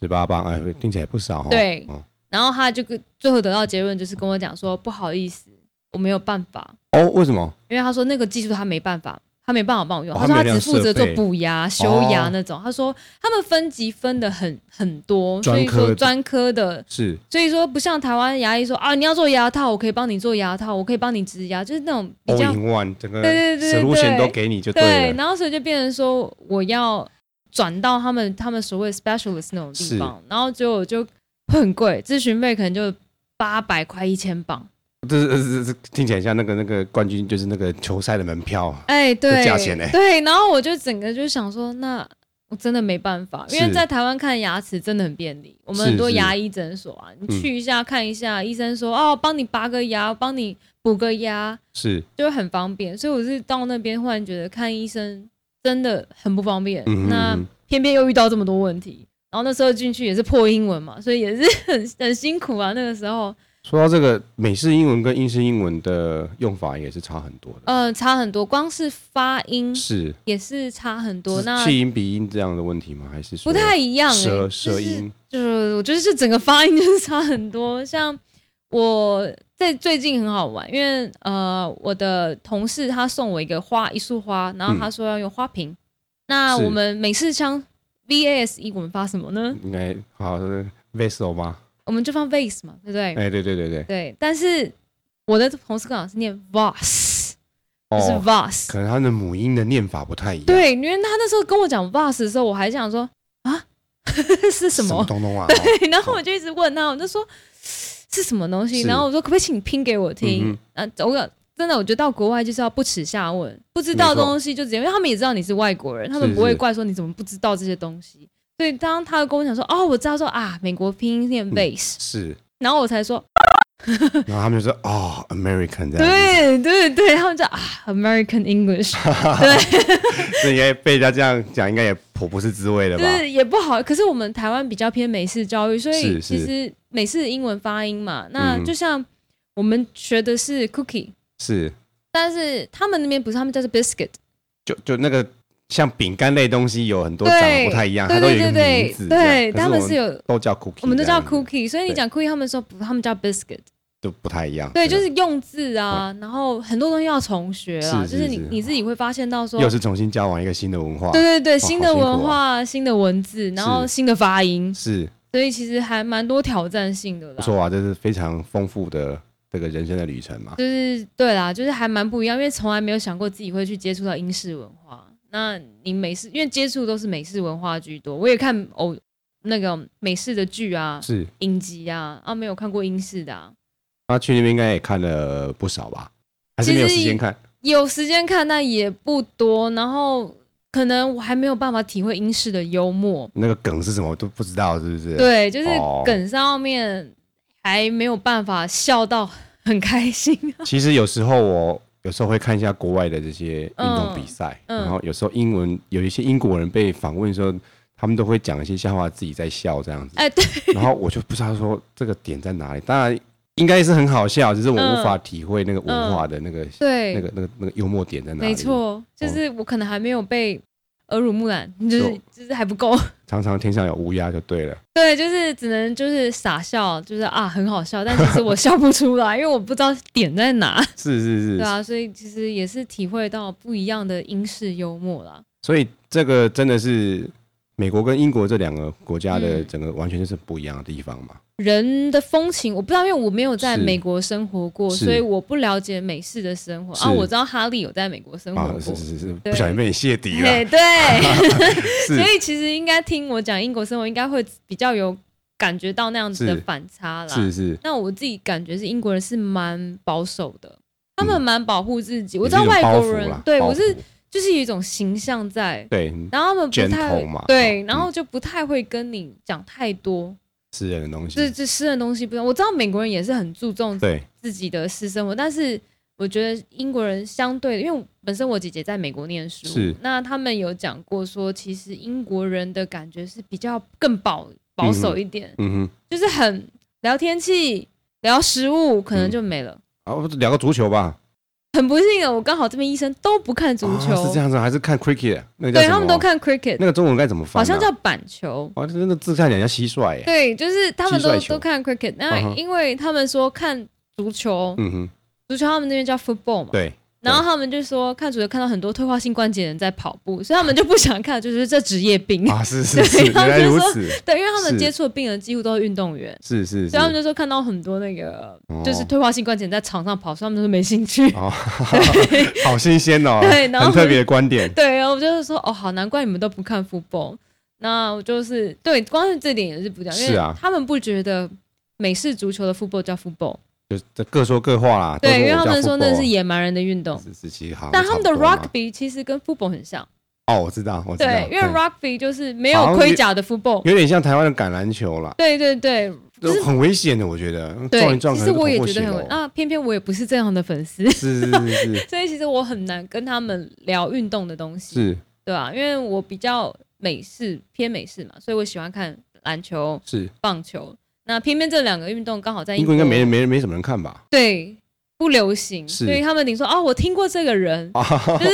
A: 十八磅，哎，听起来不少哦。
B: 对
A: 哦
B: 然后他就跟最后得到结论就是跟我讲说，不好意思，我没有办法，
A: 哦，为什么？
B: 因为他说那个技术他没办法，他没办法帮我用。
A: 哦
B: 他说
A: 他
B: 他
A: 没
B: 只
A: 有
B: 负责做
A: 设备
B: 补牙、修牙
A: 哦
B: 那种。他说他们分级分的很很多，所
A: 专
B: 以
A: 科的
B: 说专科的，
A: 是
B: 所以说不像台湾牙医说啊，你要做牙套，我可以帮你做牙套，我可以帮你植牙，就是那种比
A: all
B: 较
A: in one，整个
B: 对对对对
A: solution 都给你就
B: 对，
A: 了。
B: 然后所以就变成说我要转到他们他们所谓 specialist 那种地方，然后结果就会很贵，咨询费可能就八百块一千磅。
A: 这这这这听起来像那个那个冠军，就是那个球赛的门票。啊
B: 哎，对，
A: 价钱欸
B: 对，然后我就整个就想说，那我真的没办法，因为
A: 是
B: 在台湾看牙齿真的很便利，我们
A: 是
B: 很多
A: 是嗯
B: 牙医诊所啊，你去一下看一下，医生说哦，帮你拔个牙，帮你补个牙，
A: 是，
B: 就很方便。所以我是到那边忽然觉得看医生真的很不方便，
A: 嗯哼
B: 那
A: 嗯哼
B: 偏偏又遇到这么多问题。然后那时候进去也是破英文嘛，所以也是很很辛苦啊。那个时候，
A: 说到这个美式英文跟英式英文的用法也是差很多的。
B: 呃，差很多，光是发音
A: 是，
B: 也是差很嗯多。
A: 是
B: 那
A: 气音鼻音这样的问题吗？还是说
B: 不太一样、欸，
A: 舌
B: 就是
A: 舌音？
B: 就是我觉得这整个发音就是差很多。像我在最近很好玩，因为呃，我的同事他送我一个花，一束花，然后他说要用花瓶。那
A: 嗯是
B: 我们美式腔 V A S E 我们发什么呢？
A: 应该好是 vessel 吗？
B: 我们就放 vase E 嘛，对不对？
A: 哎，对对对对，
B: 对。但是我的同事刚好是念 vas，不 E，是
A: 哦，
B: vas，、
A: 可能他的母音的念法不太一样。，
B: E 对，因为他那时候跟我讲 vas E 的时候，我还想说啊 是什
A: 什
B: 么
A: 么？东东啊？哦
B: 对，然后我就一直问他，我就说是什么东西，
A: 是
B: 然后我说可不可以请你拼给我听
A: 嗯？
B: 啊，我有真的，我觉得到国外就是要不耻下问，不知道
A: 没错
B: 东西就直接，因为他们也知道你是外国人，他们
A: 是
B: 不会
A: 是
B: 怪说你怎么不知道这些东西。所以当他跟我讲说哦，我知道说啊，美国拼音念
A: 嗯
B: base，、
A: 是，
B: 然后我才说
A: 然后他们就说哦，American 这样子，
B: 对对对，他们就啊 American English，
A: 这应该被人家这样讲，应该也颇不是滋味的
B: 就
A: 吧？
B: 是也不好。可是我们台湾比较偏美式教育，所以
A: 是
B: 其
A: 是
B: 实美式英文发音嘛，那
A: 嗯
B: 就像我们学的是 cookie。
A: 是，
B: 但是他们那边不是，他们叫做 biscuit，
A: 就就那个像饼干类东西，有很多长得
B: 对，
A: 不太一样，啊它
B: 对
A: 都有一
B: 对
A: 个
B: 对
A: 名字
B: 对，
A: 这样。
B: 对，
A: 可是
B: 他们是
A: 我
B: 有，
A: 都叫 cookie，
B: 我们都
A: 这样
B: 叫
A: 子
B: cookie，所以你
A: 对
B: 讲 cookie，他们说不，他们叫 biscuit，
A: 就不太一样。
B: 对，就
A: 真的
B: 是用字啊，然后很多东西要重学啦，
A: 哦是
B: 就是是你
A: 是
B: 你自己会发现到说
A: 又，是重新交往一个新的文化。
B: 对对对，
A: 好
B: 新的
A: 辛苦哦
B: 文化、新的文字，然后
A: 是
B: 新的发音，
A: 是
B: 所以其实还蛮多挑战性的
A: 不
B: 啦。
A: 错啊，这是非常丰富的这个人生的旅程嘛。
B: 就是对啦，就是还蛮不一样，因为从来没有想过自己会去接触到英式文化。那你美式，因为接触都是美式文化居多，我也看偶那个美式的剧啊、
A: 是，
B: 影集啊，啊没有看过英式的、啊，
A: 他去那边应该也看了不少吧？还是
B: 其
A: 没有
B: 实
A: 时间
B: 也
A: 看？
B: 有时间看但也不多，然后可能我还没有办法体会英式的幽默，
A: 那个梗是什么我都不知道，是不是？，
B: 对，就是
A: 哦
B: 梗上面还没有办法笑到很 开心。
A: 其实有时候我有时候会看一下国外的这些运动比赛，
B: 嗯嗯
A: 然后有时候英文有一些英国人被访问的时候，他们都会讲一些笑话，自己在笑这 样子。
B: 哎，对，
A: 然后我就不知道说这个点在哪里，当然应该是很好笑，只是我
B: 嗯
A: 无法体会那个文化的那个、
B: 对
A: 那个那哦个那个幽默点在哪里。
B: 没，错，就是我可能还没有被耳濡目染，就是就是还不够。
A: 常常天上有乌鸦就对了。
B: 对，就是只能就是傻笑，就是啊很好笑，但其实我笑不 出来，因为我不知道点在哪。
A: 是是是，
B: 对啊，所以其实也是体会到不一样的英式幽默啦。
A: 所以这个真的是美国跟英国这两个国家的
B: 嗯
A: 整个完全就是不一样的地方嘛。
B: 人的风情我不知道，因为我没有在
A: 是
B: 美国生活过，
A: 是
B: 所以我不了解美式的生活
A: 是
B: 啊。我知道哈利有在美国生活
A: 啊，
B: 过，
A: 是是是，不
B: 对
A: 小心被你泄底
B: 嘿
A: 了。
B: 对，
A: 是
B: 所以其实应该听我讲英国生活，应该会比较有感觉到那样子的
A: 是
B: 反差啦。
A: 是是，
B: 那我自己感觉是英国人是蛮保守的，
A: 嗯
B: 他们蛮保护自己。我
A: 也
B: 知
A: 是一种
B: 道外
A: 包
B: 国
A: 袱
B: 人
A: 啦
B: 对
A: 包
B: 我是
A: 袱
B: 就是有一种形象在，
A: 对
B: 然后他们不太
A: gentle 嘛
B: 对，
A: 嗯
B: 然后就不太会跟你讲太多，
A: 私人的东
B: 这
A: 西，
B: 这私人东西不知道。我知道美国人也是很注重
A: 对
B: 自己的私生活，但是我觉得英国人相对，因为我本身我姐姐在美国念书，
A: 是
B: 那他们有讲过说，其实英国人的感觉是比较更保保守一点，
A: 嗯哼。
B: 就是
A: 嗯
B: 很聊天气、聊食物，可能就没了。
A: 啊，我们聊个足球吧。
B: 很不幸的，我刚好这边医生都不看足球，
A: 哦是这样子，还是看 cricket？那个叫
B: 对
A: 什么
B: 他们都看 cricket，、
A: 那个中文该怎么翻啊？
B: 好像叫板球。
A: 哇，这真的字看起来像蟋蟀耶。
B: 对，就是他们
A: 蟋
B: 都
A: 蟀球
B: 都看 cricket，
A: 嗯
B: 那
A: 哼
B: 因为他们说看足球，
A: 嗯哼，
B: 足球他们那边叫 football 嘛，
A: 对，
B: 然后他们就说看足球看到很多退化性关节炎在跑步，所以他们就不想看，就是这职业病。
A: 啊，是是是，
B: 对
A: 原来如此，
B: 对，因为他们
A: 是
B: 接触的病人几乎都是运动员，
A: 是是
B: 所以他们
A: 是。
B: 就说看到很多那个
A: 哦
B: 就是退化性关节炎在场上跑，所以他们都没兴趣。
A: 哦，好新鲜哦，
B: 对然后
A: 很特别的观点。
B: 对，然后我就是说，哦，好，难怪你们都不看 football。那我就是对，光是这点也是不讲，因
A: 是
B: 为
A: 啊
B: 他们不觉得美式足球的 football 叫 football，
A: 就是这各说各话啦。都
B: 对，因为
A: 我
B: 他
A: 叫
B: 们说
A: football 啊
B: 那是野蛮人的运动。
A: 是是其实好像
B: 但他们的
A: 差不多嘛
B: rugby 其实跟 football 很像，
A: 哦，我知道，我知道，
B: 对，因为
A: 嗯
B: rugby 就是没
A: 好像
B: 有
A: 有
B: 盔甲的 football，
A: 有点像台湾的橄榄球啦，
B: 对对对
A: 都很危险的，我觉得撞一
B: 对。
A: 撞
B: 其
A: 可
B: 实
A: 能
B: 我也
A: 头破
B: 觉得
A: 血
B: 很危
A: 流，
B: 啊，偏偏我也不是这样的粉丝，
A: 是是是是
B: 所以其实我很难跟他们聊运动的东西，
A: 是
B: 对吧、因为我比较美式偏美式嘛，所以我喜欢看篮球、
A: 是，
B: 棒球。那偏偏这两个运动刚好在
A: 英国应该没人没人没什么人看吧？
B: 对不流行，
A: 是
B: 所以他们顶说啊，我听过这个人，
A: 啊，
B: 就是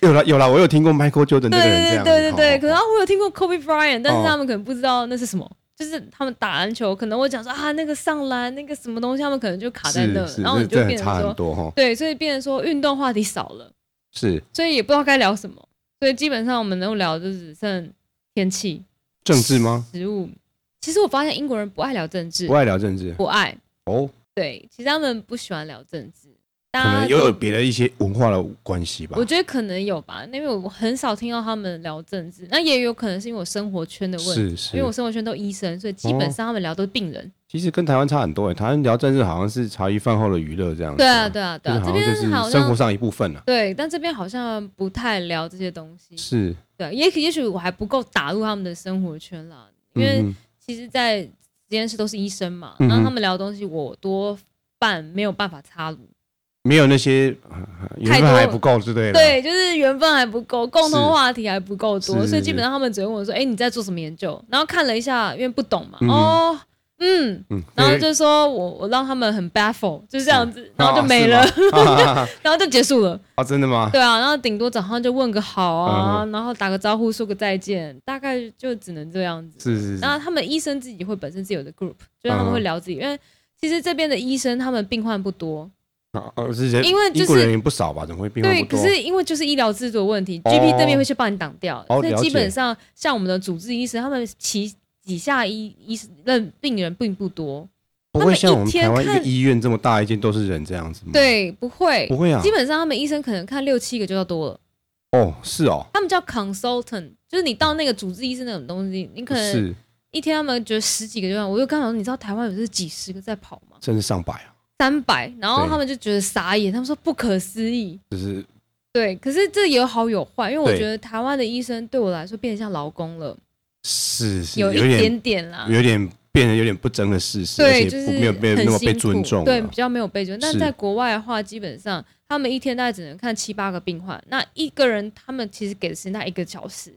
A: 有了有了，我有听过 Michael Jordan 这
B: 对
A: 个人这
B: 对对
A: 样，
B: 对对对，可
A: 哦
B: 能我有听过 Kobe Bryant，但
A: 哦
B: 是他们可能不知道那是什么。就是他们打篮球，可能我讲说啊，那个上篮，那个什么东西，他们可能就卡在那
A: 是，是，
B: 然后
A: 这
B: 你就
A: 这很
B: 变
A: 差
B: 成
A: 很
B: 说，
A: 多哈，
B: 对，所以变成说运动话题少了，
A: 是
B: 所以也不知道该聊什么，所以基本上我们能聊就只剩天气、
A: 政治吗？
B: 食物。其实我发现英国人不爱聊政治
A: 不，爱聊政治
B: 不爱，
A: 哦，
B: 对，其实他们不喜欢聊政治，大
A: 可
B: 家
A: 能
B: 都
A: 又有别的一些文化的关系吧
B: 我。觉得可能有吧，因为我很少听到他们聊政治，那也有可能是因为我生活圈的问
A: 是
B: 题，
A: 是哦
B: 因为，我生活圈都医生，所以基本上他们聊都是病人。
A: 其实跟台湾差很多诶，台湾聊政治好像是茶余饭后的娱乐这样子。
B: 对啊，，对啊，对
A: 哦就是好像
B: 啊，这
A: 就
B: 边好
A: 是生活
B: 像
A: 上一部分啊了。
B: 对，但这边好像不太聊这些东西。
A: 是，
B: 对，也许也许我还不够打入他们的生活圈啦，因为
A: 嗯
B: 其实，在实验室都是医生嘛，
A: 嗯哼
B: 然后他们聊的东西，我多半没有办法插入。
A: 没有那些呃缘
B: 太
A: 分
B: 多
A: 还不够之类的。
B: 对，就是缘分还不够，共同
A: 是
B: 话题还不够
A: 是
B: 多，
A: 是
B: 所以基本上他们只会问我说：“哎、你在做什么研究？”然后看了一下，因为不懂嘛，
A: 嗯
B: 哦，嗯，
A: 嗯，
B: 然后就说我我让他们很 baffle，就是这样子，
A: 对
B: 然后就没了，
A: 啊。是吗啊
B: 然后就结束了。
A: 啊，真的 吗？
B: 对啊，然后顶多早上就问个好
A: 嗯
B: 啊，然后打个招呼，说个再见，大概就只能这样子。
A: 是是是
B: 然后他们医生自己会本身自己有的 group，就是他们
A: 嗯
B: 会
A: 哼
B: 聊自己，因为其实这边的医生他们病患不多，
A: 啊，啊是人
B: 因为就是
A: 英国人也不少吧，怎么会病
B: 对，
A: 患不
B: 可
A: 多？
B: 是因为就是医疗制度的问题、
A: 哦
B: g p 这边会去帮你挡掉，
A: 哦
B: 所以
A: 了
B: 基本
A: 解
B: 上像我们的主治医生，他们其几下医医生认病人并不多，
A: 不会像我们
B: 他们一天
A: 台湾一个
B: 看
A: 医院这么大一间都是人这样子吗？，
B: 对，不会，
A: 嗯不会啊
B: 基。本上他们医生可能看六七个就要多了，
A: 哦，是哦，
B: 他们叫 consultant，就是你到那个主治医生那种东西，你可能
A: 是，
B: 一天他们觉得十几个就要，我就刚好你知道台湾有是几十个在跑吗？
A: 甚至上百啊，
B: 三百，然后
A: 对
B: 他们就觉得傻眼，他们说不可思议。
A: 就是
B: 对，可是这有好有坏，因为我
A: 对
B: 觉得台湾的医生对我来说变得像劳工了。
A: 是是
B: 有
A: 有
B: 一
A: 点
B: 点点啦，
A: 有点变成有点不争的事实，而
B: 对，
A: 且
B: 就是
A: 不没有被
B: 很
A: 那么
B: 辛
A: 被
B: 苦
A: 尊重了，啊
B: 对，比较没有被尊重。但
A: 是
B: 在国外的话，基本上他们一天大概只能看七八个病患，那一个人他们其实给的时间大概一个小时，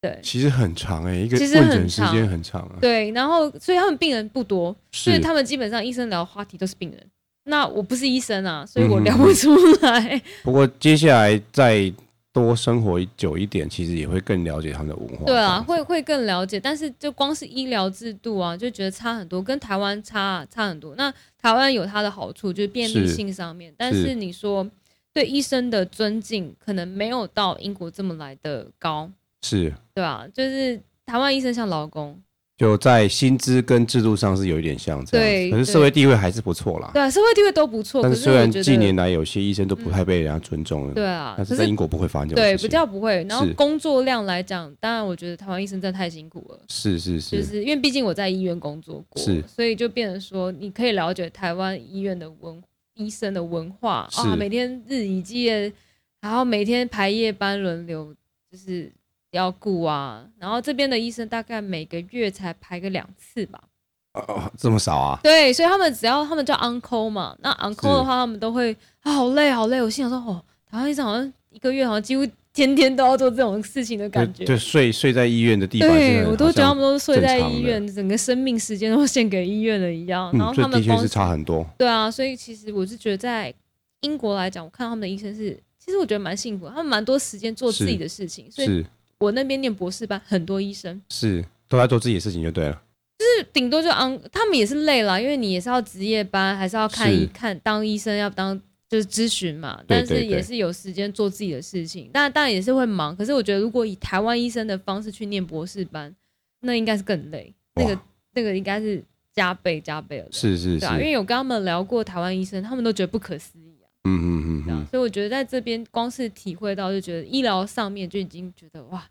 B: 对
A: 其实很长哎，一个
B: 其实
A: 问
B: 很
A: 诊时间很长啊，
B: 对，然后所以他们病人不多，所以
A: 是
B: 他们基本上医生聊的话题都是病人。那我不是医生啊，所以我
A: 嗯
B: 聊不出来。
A: 不过接下来再多生活久一点，其实也会更了解他们的文化。
B: 对啊，会会更了解，但是就光是医疗制度啊，就觉得差很多，跟台湾差差很多。那台湾有它的好处，就是便利
A: 是
B: 性上面，但是你说对医生的尊敬，可能没有到英国这么来的高，
A: 是
B: 对吧、就是台湾医生像劳工，
A: 就在薪资跟制度上是有一点像这样
B: 对
A: 子，可是社会地位还是不错啦。
B: 对啊，社会地位都不错，
A: 但
B: 可
A: 是虽
B: 我
A: 然
B: 觉得
A: 近年来有些医生都不太被人家尊重了，
B: 对啊，
A: 但
B: 可
A: 是在
B: 是
A: 英国不会发生这种
B: 对
A: 事
B: 比
A: 情。
B: 较不会。然后
A: 是
B: 工作量来讲，当然我觉得台湾医生真的太辛苦了。
A: 是是，
B: 就是是因为毕竟我在医院工作过，
A: 是
B: 所以就变成说，你可以了解台湾医院的文医生的文化
A: 是
B: 啊，每天日以继夜，然后每天排夜班轮流，就是要顾啊。然后这边的医生大概每个月才排个两次吧，
A: 哦，这么少啊？
B: 对，所以他们只要他们叫 uncle 嘛，那 uncle
A: 是
B: 的话，他们都会啊好累好累。我心想说，哦，台湾医生好像一个月好像几乎天天都要做这种事情的感觉
A: 就，就睡睡在医院的地板，
B: 对，我都觉得他
A: 好像
B: 们都是睡在
A: 正常
B: 医院，整个生命时间 都献给医院了一样。然后
A: 嗯，这
B: 他们
A: 的确
B: 光
A: 是差很多。
B: 对啊，所以其实我是觉得在英国来讲，我看他们的医生是，其实我觉得蛮幸福的，他们蛮多时间做自己的事情，所以
A: 是
B: 我那边念博士班，很多医生
A: 是都在做自己的事情就对了，
B: 就是顶多就昂，他们也是累了，因为你也是要值夜班，还是要看
A: 是
B: 一看当医生要当。就是咨询嘛，
A: 对
B: 但
A: 对
B: 是也
A: 对
B: 是有时间做自己的事情，但当然也是会忙。可是我觉得，如果以台湾医生的方式去念博士班，那应该是更累，那个
A: 哇
B: 那个应该是加倍加倍了。
A: 是是是
B: 对，啊，因为有跟他们聊过台湾医生，他们都觉得不可思议啊，
A: 嗯嗯嗯
B: 对啊
A: 嗯，
B: 所以我觉得在这边光是体会到，就觉得医疗上面就已经觉得哇，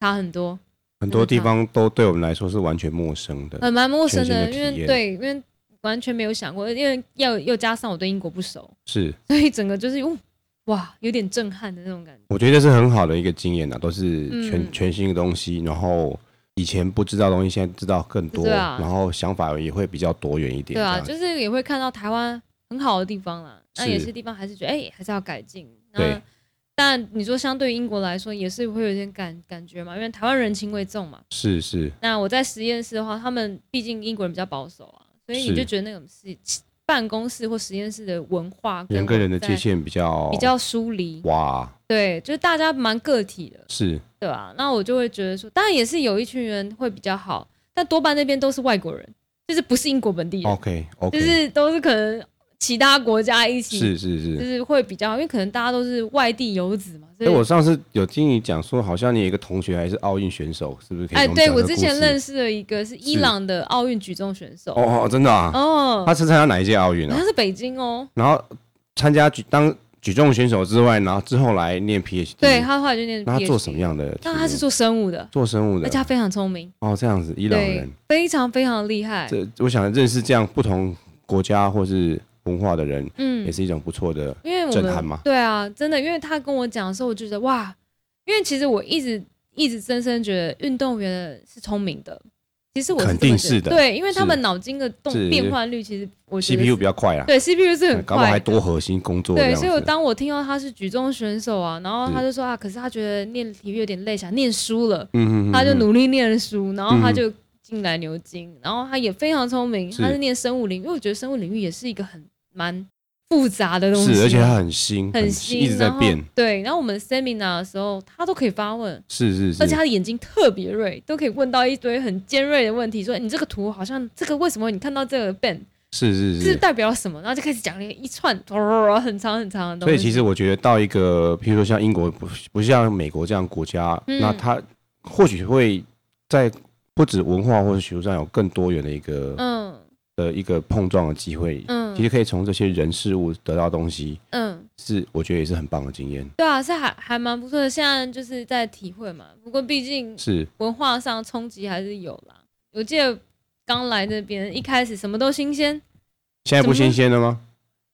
B: 差很多，
A: 很多地方都对我们来说是完全陌生的，
B: 很呃蛮陌生的，
A: 全
B: 因
A: 新的体
B: 为
A: 验
B: 对，因为完全没有想过，因为要又加上我对英国不熟，
A: 是
B: 所以整个就是哦哇，有点震撼的那种感觉，
A: 我觉得是很好的一个经验呐，啊都是全、
B: 嗯
A: 全新的东西，然后以前不知道的东西，现在知道更多，
B: 对啊
A: 然后想法也会比较多元一点。
B: 对啊，
A: 这样
B: 就是也会看到台湾很好的地方啦，那
A: 是
B: 有些地方还是觉得哎、还是要改进，
A: 对
B: 那。但你说相对于英国来说，也是会有点感感觉嘛，因为台湾人情味重嘛，
A: 是是
B: 那我在实验室的话，他们毕竟英国人比较保守啊，所以
A: 是
B: 你就觉得那种是办公室或实验室的文化
A: 人跟人的
B: 我
A: 界
B: 在
A: 限比较
B: 比较疏离，
A: 哇，
B: 对，就是大家蛮个体的，
A: 是
B: 对吧、那我就会觉得说，当然也是有一群人会比较好，但多半那边都是外国人，就是不是英国本地人，
A: OK 哦 OK，
B: 就是都是可能其他国家一起，
A: 是是。
B: 就是是会比较好，因为可能大家都是外地游子嘛，所
A: 哎，我
B: 以。
A: 上次有听你讲说，好像你有一个同学还是奥运选手，是不是？可以
B: 哎，
A: 跟
B: 对
A: 讲
B: 我
A: 这个
B: 之前
A: 故事
B: 认识了一个是伊
A: 是
B: 朗的奥运举重选手，
A: 哦哦，真的啊，
B: 哦
A: 他是参加哪一届奥运
B: 好
A: 啊？
B: 像是北京哦，
A: 然后参加举当举重选手之外，然后之后来念 PhD，
B: 对，他后来就念 PhD。
A: 那他做什么？样的题目？
B: 那他是做生物的，
A: 做生物的
B: 而且，他非常聪明，
A: 哦，这样子，伊朗
B: 对
A: 人，，
B: 非常非常厉害。
A: 这我想认识这样不同国家或是文化的人，
B: 嗯
A: 也，是一种不错的。
B: 因为我
A: 震撼
B: 们
A: 吗
B: 对啊，真的，因为他跟我讲的时候，我就觉得哇，因为其实我一直一直深深觉得运动员是聪明的。其实我这么
A: 肯定
B: 觉得
A: 是的
B: 对，因为
A: 是
B: 他们脑筋的动
A: 是
B: 变换率，其实我觉得
A: CPU
B: 是
A: 比较快啦，
B: 对 CPU 是很
A: 搞不好
B: 快
A: 还
B: 的，
A: 多核心工作这
B: 对，
A: 样
B: 所以我
A: 子。
B: 当我听到他是举重选手啊，然后他就说啊，可是他觉得念体育有点累，想念书了，
A: 嗯嗯嗯，
B: 他就努力念书，然后他
A: 嗯
B: 就进来牛津，然后他也非常聪明，
A: 是
B: 他是念生物领域，因为我觉得生物领域也是一个很蛮复杂的东西，啊
A: 是，而且他很新，
B: 很新，
A: 新，一直在
B: 然后
A: 变。
B: 对，然后我们 seminar 的时候，他都可以发问，
A: 是是是，
B: 而且他的眼睛特别锐，都可以问到一堆很尖锐的问题，说你这个图好像这个为什么你看到这个 band
A: 是是
B: 是
A: 是。
B: 代表什么？然后就开始讲了一串哦很长很长的东
A: 所
B: 西。
A: 以其实我觉得到一个，譬如说像英国，不不像美国这样国家，
B: 嗯
A: 那他或许会在不止文化或者学术上有更多元的一个、
B: 嗯
A: 呃一个碰撞的机会。
B: 嗯
A: 其实可以从这些人事物得到东西，
B: 嗯，
A: 是我觉得也是很棒的经验。
B: 对啊，是还还蛮不错的。现在就是在体会嘛，不过毕竟
A: 是
B: 文化上冲击还是有啦。我记得刚来这边一开始什么都新鲜，
A: 现在不新鲜了吗？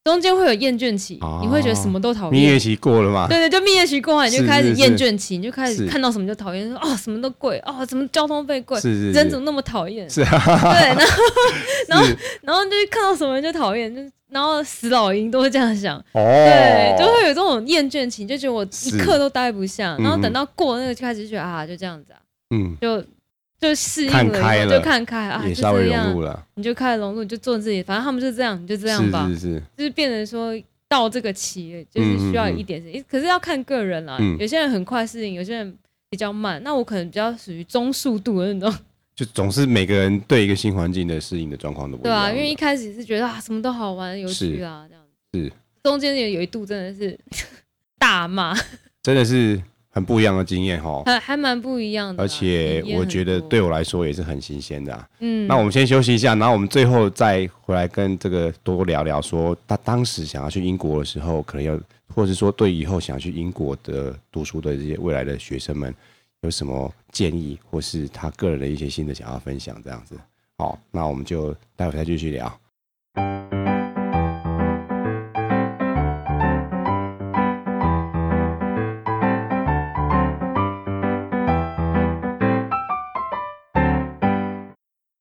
B: 中间会有厌倦期，
A: 哦
B: 你会觉得什么都讨
A: 蜜月
B: 厌。
A: 期过了嘛？
B: 对对，就蜜月期过完，你
A: 是
B: 就开始
A: 是是
B: 厌倦期，你就开始
A: 是
B: 看到什么就讨厌，说哦什么都贵，哦怎么交通费贵，
A: 是是
B: 人怎
A: 是
B: 么那么讨厌？
A: 是啊，
B: 对，然后 然后
A: 是
B: 然后就是看到什么就讨厌，就是然后死老鹰都会这样想。
A: 哦
B: 对，，就会有这种厌倦情，就觉得我一
A: 是
B: 刻都待不下，然后
A: 嗯
B: 等
A: 哼
B: 到过那个就开始就觉得啊，就这样子啊，
A: 嗯，
B: 就就适应
A: 看
B: 了以
A: 开
B: 后，
A: 了
B: 就看开啊，
A: 也
B: 就
A: 稍微
B: 这
A: 融入
B: 样，
A: 了，
B: 你就开始融入，你就做自己，反正他们就这样，你就这样
A: 是
B: 吧，
A: 是是，
B: 就是变成说到这个期了，就是需
A: 嗯
B: 要
A: 嗯嗯
B: 一点时间，可是要看个人啦，
A: 嗯
B: 有些人很快适应，有些人比较慢，那我可能比较属于中速度的那种，
A: 就总是每个人对一个新环境的适应的状况都不一
B: 对
A: 样
B: 啊，
A: 的。
B: 因为一开始是觉得啊什么都好玩有趣啊这样子，
A: 是
B: 中间有有一度真的是 大骂。
A: 真的是很不一样的经验哦哈。
B: 还还蛮不一样的啦，
A: 而且
B: 体验
A: 我
B: 很
A: 觉得
B: 多
A: 对，我来说也是很新鲜的、啊。
B: 嗯，
A: 那我们先休息一下，然后我们最后再回来跟这个多聊聊说他当时想要去英国的时候，可能要，或者说对以后想去英国的读书的这些未来的学生们有什么建议，或是他个人的一些新的想要分享这样子。好，那我们就待会再继续聊。